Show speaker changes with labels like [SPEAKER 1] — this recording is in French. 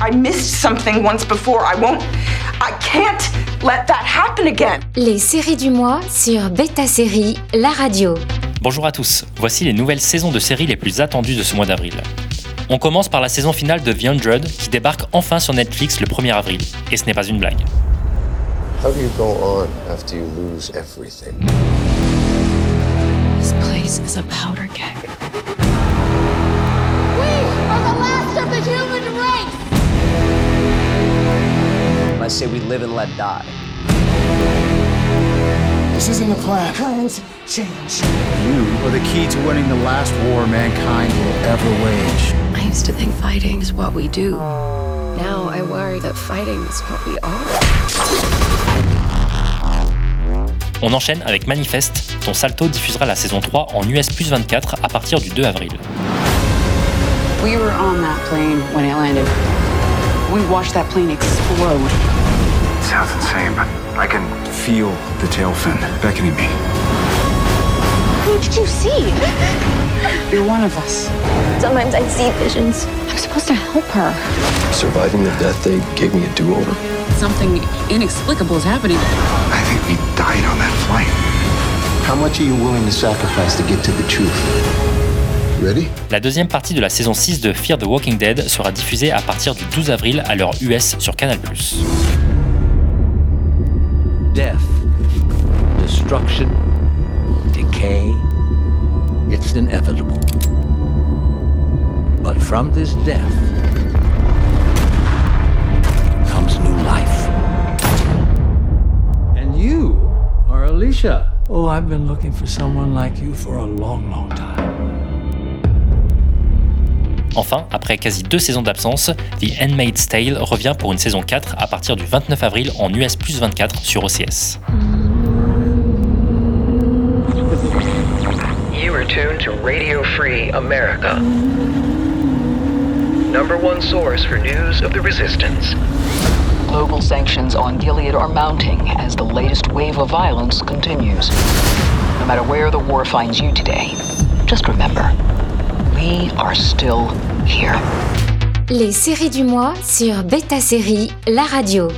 [SPEAKER 1] I missed something once before. I won't. I can't let that happen again.
[SPEAKER 2] Les séries du mois sur Beta Série, la radio.
[SPEAKER 3] Bonjour à tous, voici les nouvelles saisons de séries les plus attendues de ce mois d'avril. On commence par la saison finale de The Hundred qui débarque enfin sur Netflix le 1er avril, et ce n'est pas une blague.
[SPEAKER 4] How do you go on after you lose everything?
[SPEAKER 5] This place is a powder keg.
[SPEAKER 6] We are the last of the human race.
[SPEAKER 7] I say we live and let die.
[SPEAKER 8] This isn't the plan.
[SPEAKER 9] Plans change.
[SPEAKER 10] You are the key to winning the last war mankind will ever wage.
[SPEAKER 5] I used to think fighting is what we do. Now I worry that fighting is what we are.
[SPEAKER 3] On enchaîne avec Manifest, dont Salto diffusera la saison 3 en US plus 24 à partir du 2 avril.
[SPEAKER 11] We were on that plane when it landed. We watched that plane explode.
[SPEAKER 12] It sounds insane, but I can feel the tail fin beckoning me.
[SPEAKER 6] Who did you see?
[SPEAKER 11] You're one of us.
[SPEAKER 6] Sometimes I see visions.
[SPEAKER 11] I'm supposed to help her.
[SPEAKER 4] Surviving the death, they gave me a do-over.
[SPEAKER 11] Something inexplicable is happening.
[SPEAKER 12] I think we died on that flight.
[SPEAKER 4] How much are you willing to sacrifice to get to the truth?
[SPEAKER 3] La deuxième partie de la saison 6 de Fear the Walking Dead sera diffusée à partir du 12 avril à l'heure US sur Canal+.
[SPEAKER 13] Death, destruction, decay, it's inevitable. But from this death comes new life. And you are Alicia. Oh, I've been looking for someone like you for a long, long time.
[SPEAKER 3] Enfin, après quasi deux saisons d'absence, The Handmaid's Tale revient pour une saison 4 à partir du 29 avril en US plus 24 sur OCS.
[SPEAKER 14] You are tuned to Radio Free America. Number one source for news of the resistance.
[SPEAKER 15] Global sanctions on Gilead are mounting as the latest wave of violence continues. No matter where the war finds you today, just remember We are still here.
[SPEAKER 2] Les séries du mois sur Beta Série, la radio.